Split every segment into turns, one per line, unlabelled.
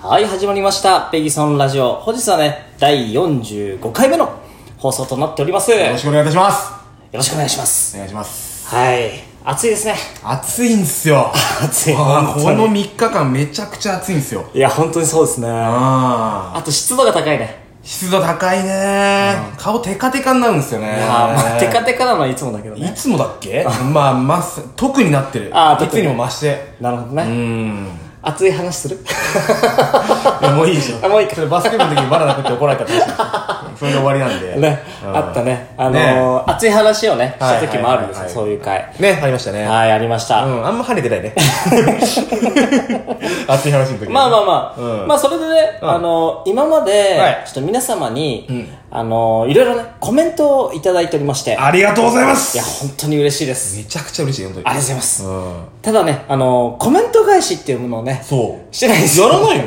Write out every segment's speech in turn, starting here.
はい、始まりました。ペギソンラジオ。本日はね、第45回目の放送となっております。よ
よろしくお願いいたします
ろしくお願いします。
お願いします
はい。暑いですね。
暑いんすよ
暑い。
あー
本
こ
当に
の3日間めちゃくちゃ暑いんすよ
いや、本当にそうですね。あ
ああ
と湿度が高いね。
湿度高いね顔テカテカになるんですよね
いやーまあ、テカテカなのはいつもだけど
い
ね。
つもだっけまあまっす特になってる
あー
いつ
特に
にも増して
なるほど
う
ね。
ん
暑い話する
いやもういいじゃん
あもういいか
それバスケ部の時にバナナ食って怒られたから それで終わりなんで
ね、
うん
あったね。あの
ね
ー、熱い話をね、した時もあるんですよ、
はいはいはいはい
そういう回。
ねありましたね
はい、ありまし
う
た。
んあんま跳ねてない ね熱い話の 時
まあまあまあ、
うん
まあそれでね、
うん
あの今ま
は
で
い
ちょっと皆様に、
ん
あのいろいろねコメントをいただいておりましてい
ありがとうございます
や本当に嬉しいです
めちゃくちゃ嬉しい本当に
ありがとうございます、
うん
ただねあのコメント返しっていうものをね
そう
して ないんですよ
やらないの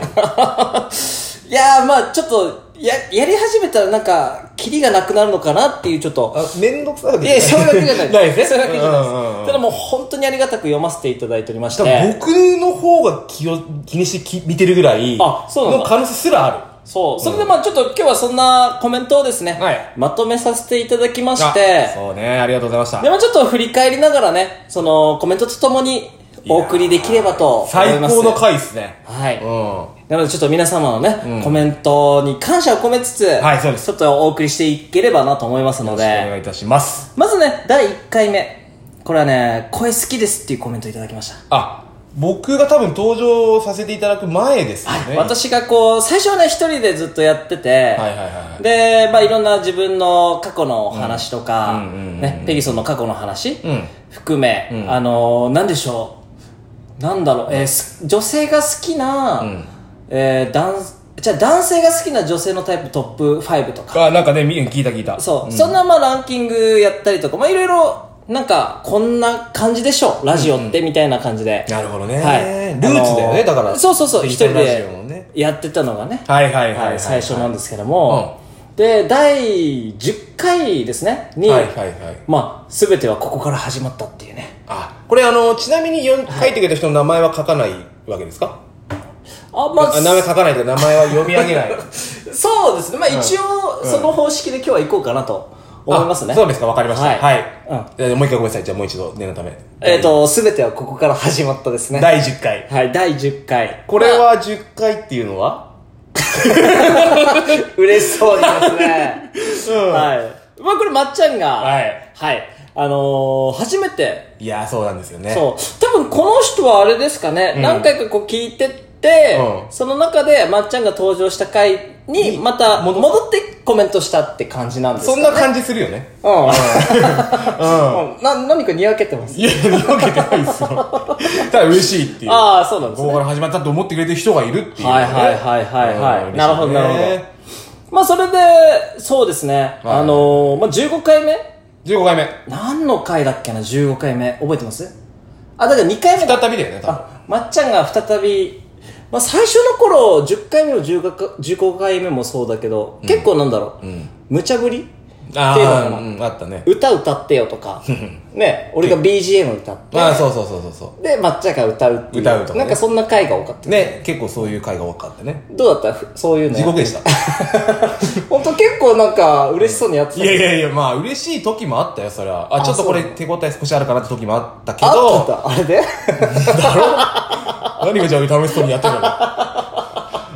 いやーまあちょっとややり始めたらなんかキリがなくなるのかなっていうちょっと
あめんどくさいわけ
い
じゃ
や そういうわけじゃない
ないですね
そういうわけじゃないです、
うんうんうん
ただもう本当にありがたく読ませていただいておりまし
多分
て
僕の方が気を気にしてき見てるぐらい
あそうなんだ
の可能性すらあ
そうそれでまあちょっと今日はそんなコメントをですね、
はい
まとめさせていただきま
る
して
あそうねありがとうございました
でもちょっと振り返りながらね、そのコメントとともにお送りできればと思
最
います。
高の回ですね
はい。
う
なのでちょっと皆様のね、コメントに感謝を込めつつ、
はいそうです
ちょっとお送りしていければなと思いますの
んよろしくお
で、
願いいたします
まずね、第1回目。これはね、声好きですっていうコメントいただきました。
あ僕が多分登場させていただく前ですよね
私がこう、最初はね、一人でずっとやってて、
はいはいはい
で、まあいろんな自分の過去のお話とか、
うんうんうんうん
ね、ペギソンの過去の話、
うん
含め、あのー、なんでしょう。なんだろう、えーす女性が好きな、
ん
えー男、じゃあ男性が好きな女性のタイプトップ5とか。
あなんかねみ聞いた聞いた
そう、そんなまあランキングやったりとか、まあいろいろ、なんか、こんな感じでしょ、ラジオって、みたいな感じで。
なるほどね
はい。
ルーツだ
あ
よ
の
ね
ー
だから
そうそうそう、一人
ラジオも
で
ね
やってたのがね。
はいはいはい
は、
はいい
最初なんですけども、で、第10回ですね、に、
はいはいはい
まあ、すべてはここから始まったっていうね。
あこれあのちなみによん書いてくれた人の名前は書かないわけですか
あ、まあ、
あ名前書かないというか名前は読み上げない
そうですね。まあ、一応、その方式で今日は行こうかなと思いますね。
あそうですかわかりました
は
はいい、じゃあもう一回ごめんなさいじゃあもう一度念のため
えっ、と、すべてはここから始まったですね。
第10回
はい、第10回。
これは10回っていうのは
嬉しそうです ね。
うん
はい。まあ、これ、まっちゃんが、。
はいい
あのー、初めて、
いやーそうなんですよね
そう。多分、この人はあれですかね、
うん
何回かこう聞いてって、
うん
その中で、まっちゃんが登場した回に、また、戻ってコメントしたって感じなんですか
そ
ね。
んな感じするよね
うん。
うん
うんな、何かにやけてます。
いや見分けてないですよただ嬉しいっていう
ああ、そうなんです
こ
ね
こ。から始まったと思ってくれてる人がいるっていう、
はいはいはいはいはい
うん
なるほどなるほど
嬉しいね
まあ、それで、そうですね。
はい
あのー、まあ、15回目
15回目
何の回だっけな、15回目。覚えてますあ、だから2回目だ。
再びだよね多分
あ、まっちゃんが再び、まあ、最初の頃、10回目も10か15回目もそうだけど、結構なんだろう、
ん
無茶ぶりっていうの
あ
か
あ
な
ー、うん、あったね
歌歌ってよとか、ね、俺が BGM 歌って、
ああそうそうそうそうそ
で、まっちゃんが歌うっていう。
歌うとかね
なんかそんな回が多かった。
うね結構そういう回が多かったね
どうだったふそういうの
地
やっ
獄でした
本当結構なんか嬉しそうにやってた
いやいやいや、まあ、嬉しい時もあったよ、それは。あ、ちょっとこれ
そう
手応え少しあるかなって時もあったけ
あ
ど、
ったあったあれ で
何がじゃあ楽しそうにやってる の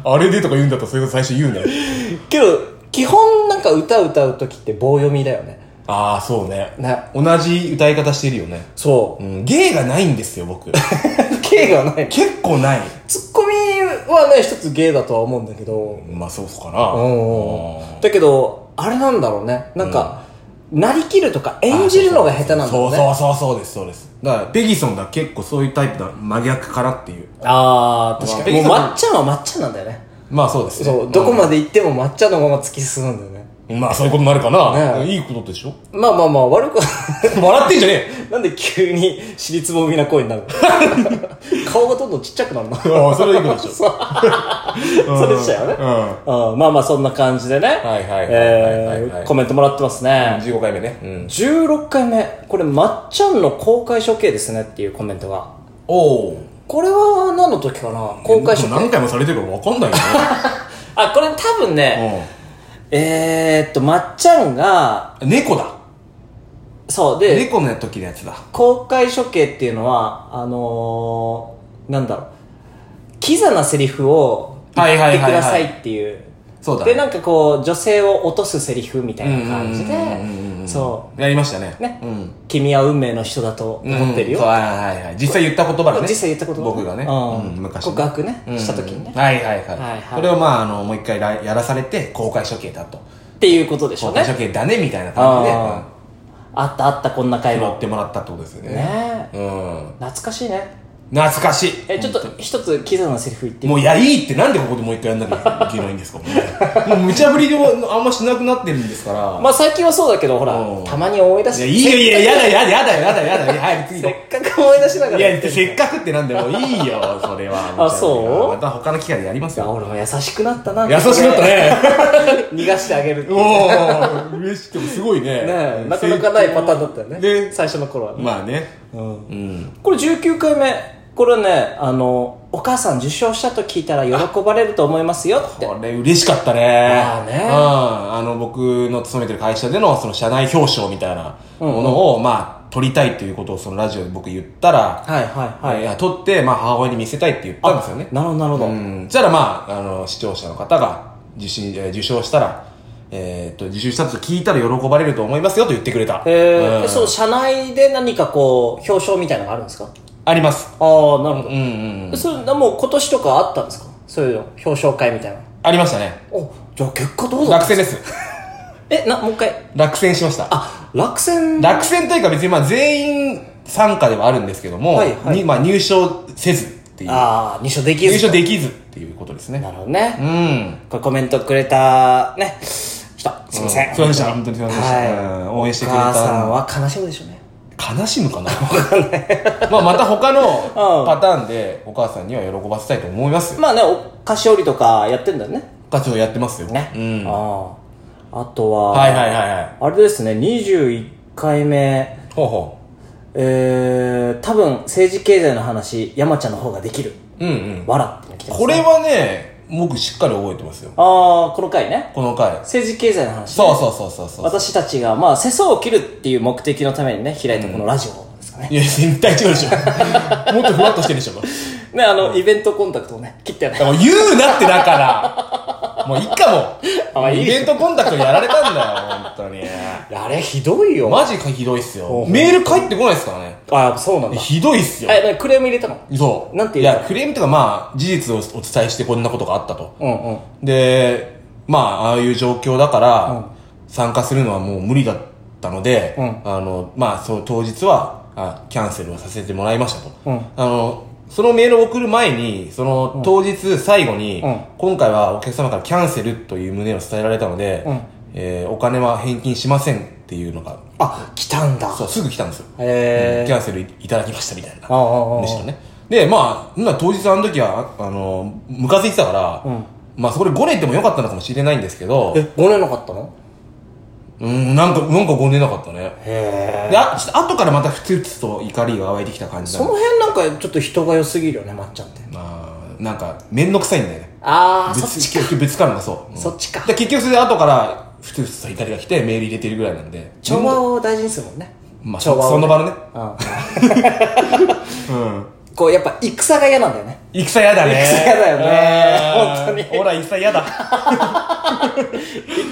あれでとか言うんだったら、それが最初言うんだよ。
けど基本なんか歌歌う時って棒読みだよね
ああ、そうね。
ね
同じ歌い方してるよね。、
そううん
芸がないんですよ、 僕。
芸がない
結構ない。
ツッコミはね一つ芸だとは思うんだけど
まあ、そうかな。
うんうん
あ
だけどあれなんだろうねなんか、なりきるとか演じるのが下手なんだ
そ
よ
う
ね
そうそうそうです、そうです。だから、ペギソンが結構そういうタイプだ、真逆かなっていう。
ああ確かにもう
まあ
まっちゃんはまっちゃんなんだよね
まあ、そうですね。
そうどこまで行ってもまっちゃんのまま突き進むんだよね
まあ、そういうことになるかな。
ね
いいことでしょ
まあまあまあ悪くは
笑ってんじゃねえ
なんで急に尻つぼみな声になるの 顔がどんどんちっちゃくなるの
ああ、それはいいことで しょ。
それでしたよね
うん。
うん、まあまあそんな感じでね、
いはいはいはいはいはい
えーコメントもらってますね。
15回目ね。うん。
16回目、これ、まっちゃんの公開処刑ですねっていうコメントが。
おお。
これは何の時かな公開
で
初
も何
見
回もされてるから分かんないよ
あこれ多分ね、
ね、
えー、っとまっちゃんが
うん、猫だ
そうで、
猫の時のやつだ
公開処刑っていうのはあのー、なんだろうキザなセリフを言
はいは
っ
い
てく
はいはい
ださいっていう
そうだね
でなんかこう女性を落とすセリフみたいな感じ
うんうんうんう
で
ん
そ
やりましたね
うね、
うん
君は運命の人だと思ってるよ、
うんそうはいはいはい実際言った言葉だね
実際言ったこと
僕がね、
うん
うん昔ね
告白ね
うん
した時にね、
はいはいは
は
い、
いはい
それをまああのもう一回らやらされて公開処刑だと
っていうことでしょ
公
うね
開処刑だねみたいな感じで、
あーあったあったこんな
う
回
ん、拾っ
も
てもらったってことですよね
ね
うん
懐かしいね
懐かしい
えちょっと一つキザなセリフ言って
もういやいいってなんでここでもう一回やんなきゃいけないんですかもうもう無茶ぶりをあんましなくなってるんですから、
まあ最近はそうだけどほら
うん
たまに思い出
い
し
や
て
いいよいややだやだやだやだやだ早く次
せ
行こ
っかく思い出しなが
う
ら
いやせっかくってなんでもういいよそれは
あそう
また他の機会でやりますよ
俺も優しくなったな
優しくなったね
逃がしてあげるっていうね
おお嬉しくてもすごいね
えなかなかないパターンだったよね
で
最初の頃はね、
まあね
うん
うん
これ19回目これねあのお母さん受賞したと聞いたら喜ばれると思いますよって
これ嬉しかったね
まあね
うんあの僕の勤めてる会社でのその社内表彰みたいなものをまあ取りたいっていうことをそのラジオで僕言ったら
はいはいはい
いや取ってまあ母親に見せたいって言ったんですよね
なるほどなるほど、
うん、したらまあ、あの、視聴者の方が受信、えー受賞したら、えーっと、受賞したと聞いたら喜ばれると思いますよと言ってくれた。
えー
うん
そう社内で何かこう表彰みたいなのがあるんですかあ
あります。
あーなるほど
うん、うん。
それもう今年とかあったんですかそういうの表彰会みたいな
ありましたね。
おじゃあ結果どうだ
落選です。
えなもう一回
落選しました。
あ落選
落選というか別にまあ全員参加ではあるんですけども、
はいはい
にまあ入賞せずっていう。
ああ入賞できず
入賞できずっていうことですね
な。るほどね、
うん。
これコメントくれたね人すいません、
うんすいませんでした。本当にすいませんでした。
はい
うん応援して
お
くれた。
母さんは悲しむでしょうね
悲しむかなまあまた 他のパターンでお母さんには喜ばせたいと思いますよ
まあねお菓子折りとかやってんだよね
課長やってますよ
ね、
うんは
あああとは、
いはいはいはい
あれですね21回目
ほうほ
えー、多分政治経済の話山ちゃんの方ができる
ううんうん
わらっての来てます
こ
ね、
れはね僕しっかり覚えてますよ
ああこの回ね
この回
政治経済の話、ね、
そうそうそうそうそう
私たちがまあ世相を切るっていう目的のためにね開いたこのラジオですかね、
いや絶対違うでしょ もっとふわっとしてるでしょ
ねあのイベントコンタクトをね切ってや
だから言うなってだからもういっかも
あ
う
いい
イベントコンタクトやられたんだよ本当に
あれひどいよ
マジかひどいっす
ほう
よ
ほう
メール返ってこないっすからね
あそうなんだ
ひどいっすよ
え何クレーム入れたの
そう。
なんて
い
言うの
や、クレームとかまあ、事実をお伝えしてこんなことがあったと。
うんうん
で、まあ、ああいう状況だから、参加するのはもう無理だったので、
うん
あの、まあ、そう、当日は、あキャンセルをさせてもらいましたと。
うん
あの、そのメールを送る前に、その当日最後に、
うん
今回はお客様からキャンセルという旨を伝えられたので、
うん
えーお金は返金しませんっていうのが、
あ来たんだ
そう、すぐ来たんですよ。
へ
キャンセルいただきましたみたいな。
ああああ
むしろね。で、まあ、みんな当日あの時は、ああの、ムカついてたから、
うん
まあそこで5年でもよかったのかもしれないんですけど
え、5年なかったの
うん、なんか、なんか5年なかったね。
へえ
で、あ、ちょっと後からまたふつふつと怒りが湧いてきた感じ
そ
な
の
の。
辺なんかちょっと人が良すぎるよねまっちゃんって
まあ、なんか、面倒くさいんだよね。
ああ
ぶ
そっ
つ
ちか
結局ぶつかるのがそう。うん
そっちか
で、結局それで後から、ふつふつと怒りが来て、メール入れてるぐらいなんで。
調和を大事にするもんね
まあ、
調
そ
和
その
を
場のね。
うん
うん。
こうやっぱ戦が嫌なんだよね
戦嫌だね。
戦嫌だよね
うん
本当に
ほら、戦嫌だ。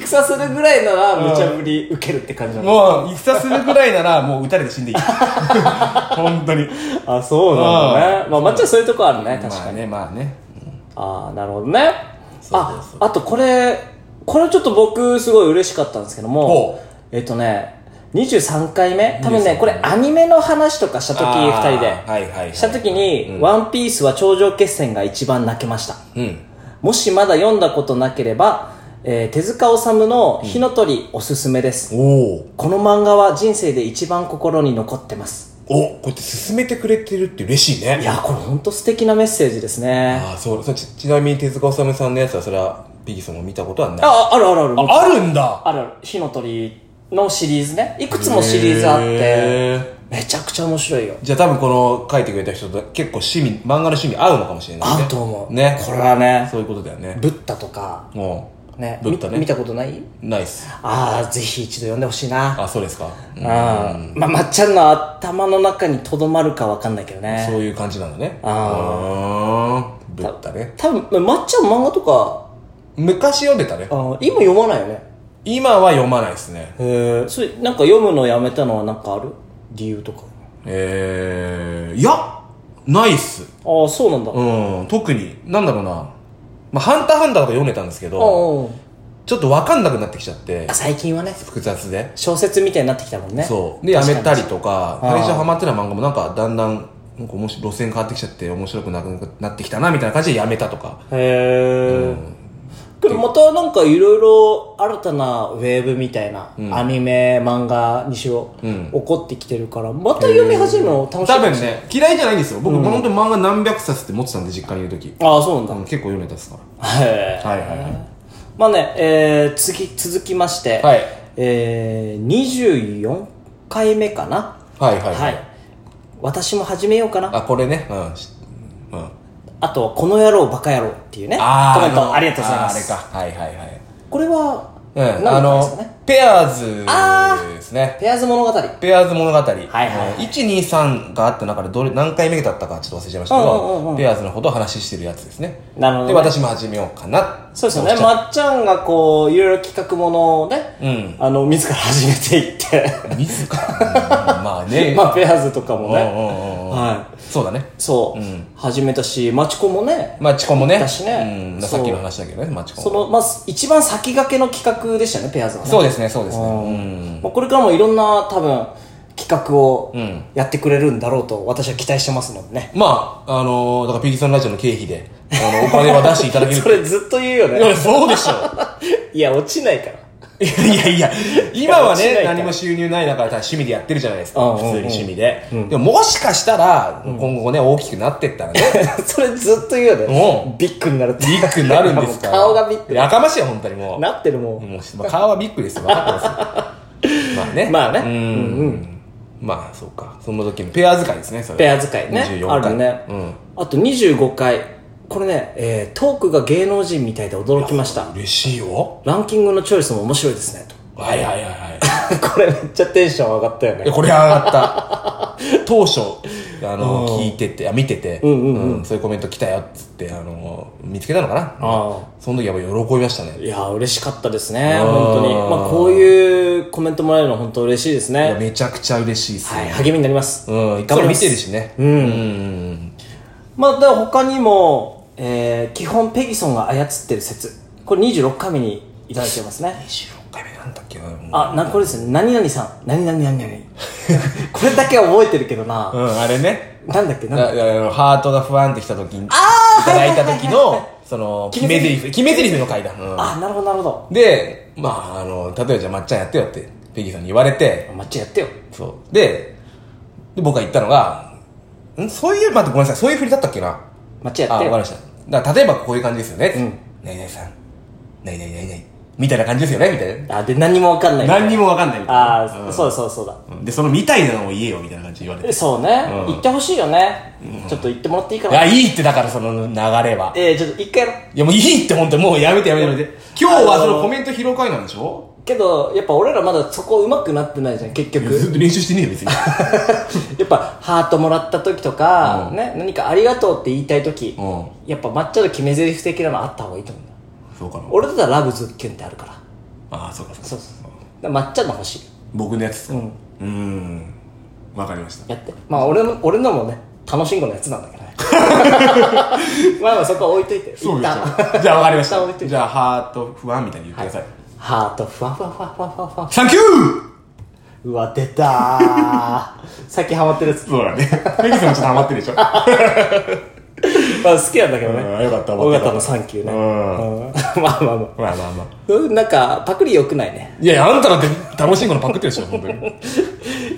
戦するぐらいなら無茶ぶり受けるって感じなの
もう、戦するぐらいなら、もう撃たれて死ん でいい。本当に。
あそうなんだねまあまっちゃんそういうとこあるね確
ま
か
あ
に
ね、まあね。
ああなるほどね
そうそう
あ
そう
あとこれこれちょっと僕すごい嬉しかったんですけど
ほ
もえっとね23回目多分ね
23
これアニメの話とかした時
あー
2人で、
はいはいはい
した時に、
うん
ワンピースは頂上決戦が一番泣けました」
うん。
もしまだ読んだことなければ、えー手塚治虫の「火の鳥」おすすめです、
おお。
この漫画は人生で一番心に残ってます
お、こうやって進めてくれてるって嬉しいね。
いやこれほんと素敵なメッセージですね
ああ、そう、そうち、ちなみに手塚治虫さんのやつは、それは、ピギソンも見たことはない。あ、
ああるあるある
あるんだ
あるある火の鳥のシリーズねいくつもシリーズあって
へ
めちゃくちゃ面白いよ
じゃあ多分この書いてくれた人と結構趣味、漫画の趣味合うのかもしれないね。
合うと思う
ね。
これはね
そういうことだよね。
ブッダとか
も
ね
ブッダね
み見たことない
うん、ナイス。
ああぜひ一度読んでほしいな
あ、そうですか。うん
うんまあまっちゃんの頭の中にとどまるかわかんないけどね
そういう感じなんだね。
あ
うーん。ぶったね。
多分まっちゃん漫画とか
昔読めたね。
あ今読まないよね
今は読まないですね。
へえそれなんか読むのやめたのはなんかある理由とか
えー、いや、ないっす。
ああそうなんだうん
うん、特に、なんだろうな。まあ、ハンターハンターとか読んでたんですけど、
うん
ちょっとわかんなくなってきちゃって
あ、最近はね
複雑で。
小説みたいになってきたもんね
そう。で、やめたりとか、
あー
最初ハマってた漫画もなんかだんだん、なんか面白い路線変わってきちゃって面白くなくなってきたな、みたいな感じでやめたとか。
へえ、けどまたなんかいろいろ新たなウェーブみたいな、アニメ漫画にしろ、
ん
起こってきてるからまた読み始めるの楽しい
多
かも
分
しれない
ね、嫌いじゃないんですよ。僕、本当に漫画何百冊って持ってたんで、実家にいる時。
ああそうなんだ、
うん結構読めたっすか
へえ
ら。はいはいはい。
まあね、えー、次続きまして、
はい
えー、24回目かな
はいは
は
いはいい。
私も始めようかな
あ、これね。うんし。うん。あ
あと、この野郎バカ野郎っていうね、コメン
の
トありがとうございます。
あーあれか。はいはいはい。
これは、
うん。あ
何のですかね
の、ペアーズですね。
ペアーズ物語。はい
ペアーズ物語。はい
はいはい
123があった中でどれ、何回目だったかちょっと忘れちゃいましたけ
うんうんうんう
ど
ん、
ペアーズのことを話してるやつですね。
なるほどね
で、私も始めようかな。
そうですよね。まっちゃんがこう、いろいろ企画ものをね、
うん
あの、自ら始めていって、
自ら。うんまあね。
まあ、ペアーズとかも
うん
ね、
うんうんうん
は
そうだね。
そう、始めたし、マチコもね、
まあ、チコもね。
だしね
うん。さっきの話だけどね、マチコ
そ
も。
の、まず、一番先駆けの企画でしたね、ペアーズはね。
そうですね、そうですね。うん
まあ、これからもいろんな、多分、企画を
ん
やってくれるんだろうと、私は期待してますのでね。
まあ、あのー、だからピギソンラジオの経費で、あの、お金は出していただけ る
そ。れずっと言うよ
いや
ね。
そうでしょ。
いや、落ちないから。
いやいやいや、今は
落ちな
ね
い、から
何も収入ない中で趣味でやってるじゃないです
うんうん
か。
うん
普通に趣味で。でももしかしたら、今後ね、大きくなってったらね、
それずっと言うよ
う
ね。ビッグになるって。
ビッグになるんですから。
もう顔がビッグ。
やかましいよ、本当にもう。
なってるもん。
もうまあ顔はビッグですよ、分かってますよ。まあ ね。
まあね
うん。まあ、そうか。その時のペア使いですね、それ。
ペア使いね。
24
あ
回
るね。
うん
あと25回。これね、えートークが芸能人みたいで驚きました。
嬉しいよ。
ランキングのチョイスも面白いですね。と
はいはいはいはい。
これめっちゃテンション上がったよ
いや
ね。
これ上 がった。当初、あの、聞いてて、あ見てて、うんそういうコメント来たよっつって、あの、見つけたのかな
あ
その時はやっぱ喜びましたね。
いやー、嬉しかったですね。
あー
本当に。まあ、こういうコメントもらえるの本当嬉しいです
いや
ね。
めちゃくちゃ嬉しいです
はい、
ね。
励みになります。
うん、一回も見てるしね。うん。うん
まあ、で他にも、えー基本ペギソンが操ってる説。これ26回目にいただいてますね。
26回目なんだっけな。
あ、な、これですね。何々さん。何々何々。 これだけは覚えてるけど
う
な。
ん、あれね。
なんだっけなん
あ
だっ
あのハートが不安定した時に、い
あー
ただいた
はい
時
はいはい
の、その、決め台詞、決め台詞の回だ。うん
あ、なるほどなるほ
で、まあ、あの、例えばじゃあ、まっちゃんやってよって、ペギーさんに言われて、
ど。マッチやってよ。
そう。で、で僕が言ったのが、んそういう、待ってごめんなさい、そういう振りだったっけな
マッチや
あ、
って
わかり
よ
ま。した。だから例えばこういう感じですよね。
う
何々さん、何々何々、みたいな感じですよね、みたい
あ、で、何にもわかんない。
な。何にもわかんないみたいな。
あー、そうだそうだそうだ。
うんで、そのみたいなのを言えよ、みたいな感じで言われて。
えそうね。言ってほしいよね。ちょっと言ってもらっていいか
いや、
な。
いいって、だからその流れは。
えー、ちょっと一回やろう。
いや、もういいって、本当にもうやめてやめてやめて。今日
あ
は
のー
そのコメント披露会なんでしょ
けど、やっぱ俺らまだそこ上手くなってないじゃん、結
いやず
局。
っと練習してねえよ、別に。
やっぱ、ハートもらった時とか、
うん
ね、何かありがとうって言いたい時
うん、
やっぱ抹茶の決め台詞的なのあった方がいいと思うんだ。
そうかな。
俺だったらラブズッキュンってあるから。
ああ、そうか、そ
そうう
か。
そう。だから抹茶の欲しい。
僕のやつですか。
ん
うーん。わかりました。
やってまあ俺の俺のもね楽しんごのやつなんだけど ねまあまあそこは置いといて
そう
一
でしょ
旦。
じゃあ分かりま
一旦置いと
し
い
た。
て
じゃあ、ハート不安みたいに言ってください。
ハートふわふわふわふわふわふわ
サンキュー
うわ出たー さっきハマってるやつ、
そうだね。ペギさんもちょっとハマって るでしょ。
まあ、好きなんだけどね
うんよかった
尾形のサンキューね
う
うん まあまあま
まあまあまあ。
あうんなんかパクリ良くないね
いやいや、あんただって楽しいこのパクってるでしょ、本当に。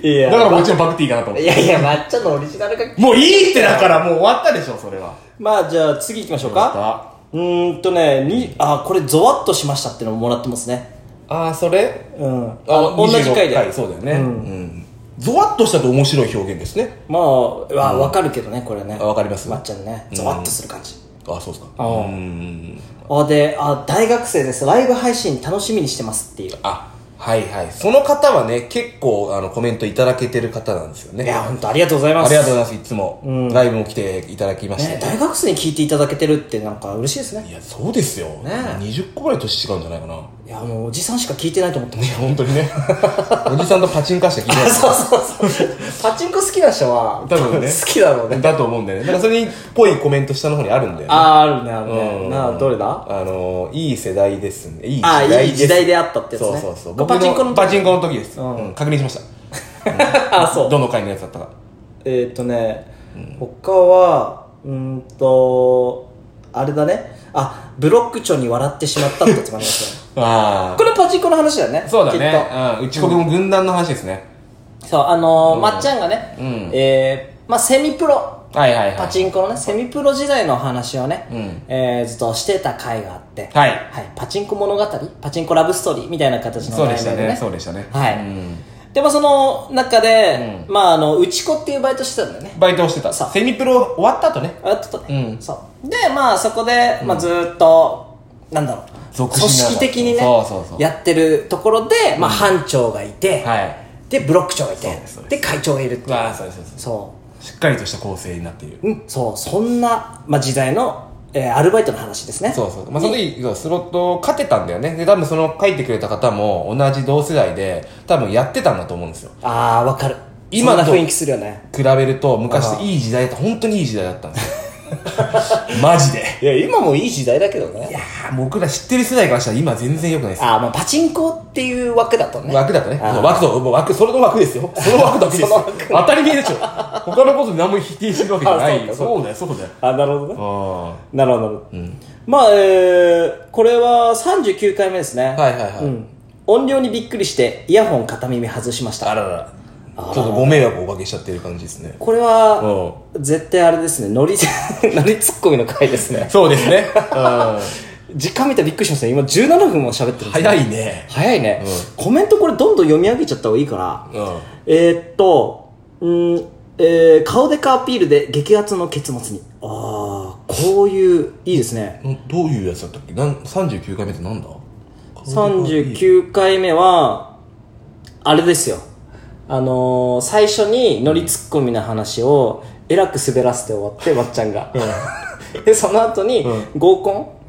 いや
だからもちろんパクっていいかなと思っ
い
て。
やいや抹茶のオリジナルが
もういいってだからもう終わったでしょ、それは。
まあじゃあ次行きましょうか
あ
うーんとねにあこれゾワッとしましたってのももらってますね
あー、それ
うん
あ、
同じ回
26
で
そうだよね。うん。ゾワッとしたと面白い表現ですね。
まあ、わ、わかるけどね、これね。
あわかります
まっちゃんね。ゾワッとする感じ。
あ、そうですか。
あー
うん。
あ、で、あ、大学生です。ライブ配信楽しみにしてますっていう。
あ、はいはい。その方はね、結構、あの、コメントいただけてる方なんですよね。
いや、本当ありがとうございま
あ
す。
りがとうございます、いつも。ライブも来ていただきまして。
ね、大学生に聞いていただけてるってなんか嬉しいですね。
いや、そうですよ。
ね
20個ぐらい年違うんじゃないかな。い
いや、もうおじさんしか聞いてないと思ってまし
や、本 当にね。おじさんとパチンカしか聞いてない
た。そうそうそう。パチンコ好きな人は、
多分ね
好きだろうね。
だと思うんだよね。なんかそれに、ぽいコメント下の方にあるんだよね。
あー、あるね、ある
う
ね。
ん
なあ、どれだ
あのー、いい世代ですね。いい
あーいい時代であ
あ
ったってやつね
そうそうそう。
これ
僕の
パチンコの時
パチンコの時です。
うん
うん確認しまし た。
あ、そう。
どの回のやつだったか。
えーっ、とね、他は、うーんと、あれだね。あ、ブロック長に笑ってしまったってやつもあります よ
あ
これパチンコの話だよね。
そうだ
きっと
ね。うん。内子君軍団の話ですね。
そう、あのーまっちゃんがね、
うん
えー、まあセミプロ、
はいはいはい。
パチンコのね、セミプロ時代の話をね、
うん
えー、ずっとしてた回があって、
はい
パチンコ物語、パチンコラブストーリーみたいな形の
そうでした
題名
ね。そうでしたね。
はい
うん
でもその中で、まああの、うち子っていうバイトしてたんだよね。
バイトをしてた。
そう
セミプロ終わった後ね。
やってたね、
うん
そうでまあそこで、まあ、ずーっとなんだろう組
属しながら
織的にね
そうそうそう
やってるところで、まあ、班長がいて、
はい。
でブロック長がいて
そうですそう
で
で
会長がいるっていう
ああ、そうですそうです
そ
しっかりとした構成になっている。
う,、うん、そうそんな、まあ、時代の、えーアルバイトの話ですね
そうそう。まあ、その時、そうスロット勝てたんだよね。で、多分その書いてくれた方も同じ同世代で、多分やってたんだと思うんですよ。
ああわかる今
今
んな
と
雰囲気するよね
比べると、昔っていい時代だった。本当にいい時代だったんですよ。 マジで。
いや今もいい時代だけど
い
ね
やー、僕ら知ってる世代からしたら今全然良くないです。
ああまあパチンコっていう枠だとね
枠だとね。
あー
枠と、もう枠、それの枠です よ。その枠だけです
その
よ。当たり前でしょ。他のこと何も否定してるわけじゃない
あ
よ。
そ
そうだよ、そうだよ。
あなるほどね
あ
なるほどなるほど、まあえー、これは39回目ですね
はいはいはい
うん、音量にびっくりしてイヤホン片耳外しまし
あ。あ
た
らら。ちょっとご迷惑をおかけしちゃってる感じですね。
これは
う
絶対あれですねノリ ノリツッコミの回ですね
ん。そうですね。うん。
時間見たらびっくりしましたね今17分も喋ってるんですね
早いね。
早いね、コメントこれどんどん読み上げちゃった方がいいから、
うん。
えー、っとうんえー、顔でかアピールで激アツの結末にああこういういいですね
んどういうやつだったっけなん39回目ってなんだ
39回目はあれですよあのー、最初にノリツッコミの話をえらく滑らせて終わってわっちゃんが、 でその後に合コン、
はいはい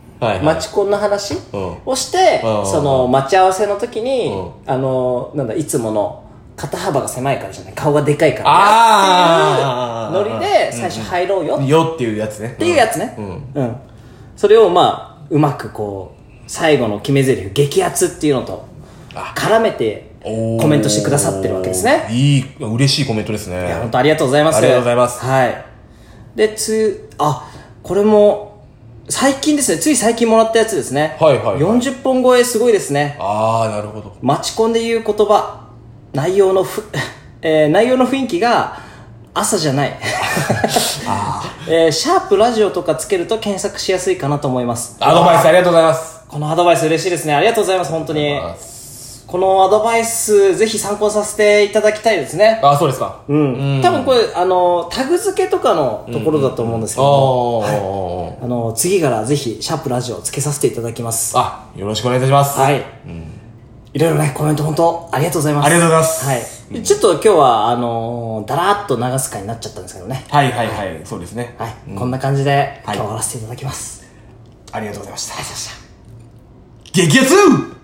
マチコンの話、
うん
をして、
うん
その待ち合わせの時に、
う
あのー、なんだいつもの肩幅が狭いからじゃない顔がでかいから
あー
っていうノリで最初入ろうよっ
よっていうやつね。って
いうやつね、
うん。
うん、それをまあうまくこう最後の決め台詞激アツっていうのと絡めて
おー
コメントしてくださってるわけですね。
いい、嬉しいコメントです
いや本
ね。
当ありがとうございます
ありがとうございます
はいでつあこれも最近ですねつい最近もらったやつですね
はいはいはい
40本超えすごいですね
ああ、なるほど。
待ち込んで言う言葉内容のふ、 えー内容の雰囲気が朝じゃない えーシャープラジオとかつけると検索しやすいかなと思います
アドバイスありがとうございます。
このアドバイス嬉しいですねありがとうございます本当にこのアドバイスぜひ参考させていただきたいですね
ああ、そうですか。
う
あ
ん、多分これあのタグ付けとかのところだと思うんですけ
あ
ど、
ー。
あの次からぜひシャープラジオつけさせていただきます
あ、よろしくお願いいたします。
はい、いろいろねコメント本当ありがとうございます
ありがとうございます
はい、ちょっと今日はあのー、だらーっと流す回になっちゃったんですけどね
はいはいはい、そうですね。
はい、こんな感じで今
はい
日終わらせていただきます、
ありがとうございました。
ありがとうございました
激アツ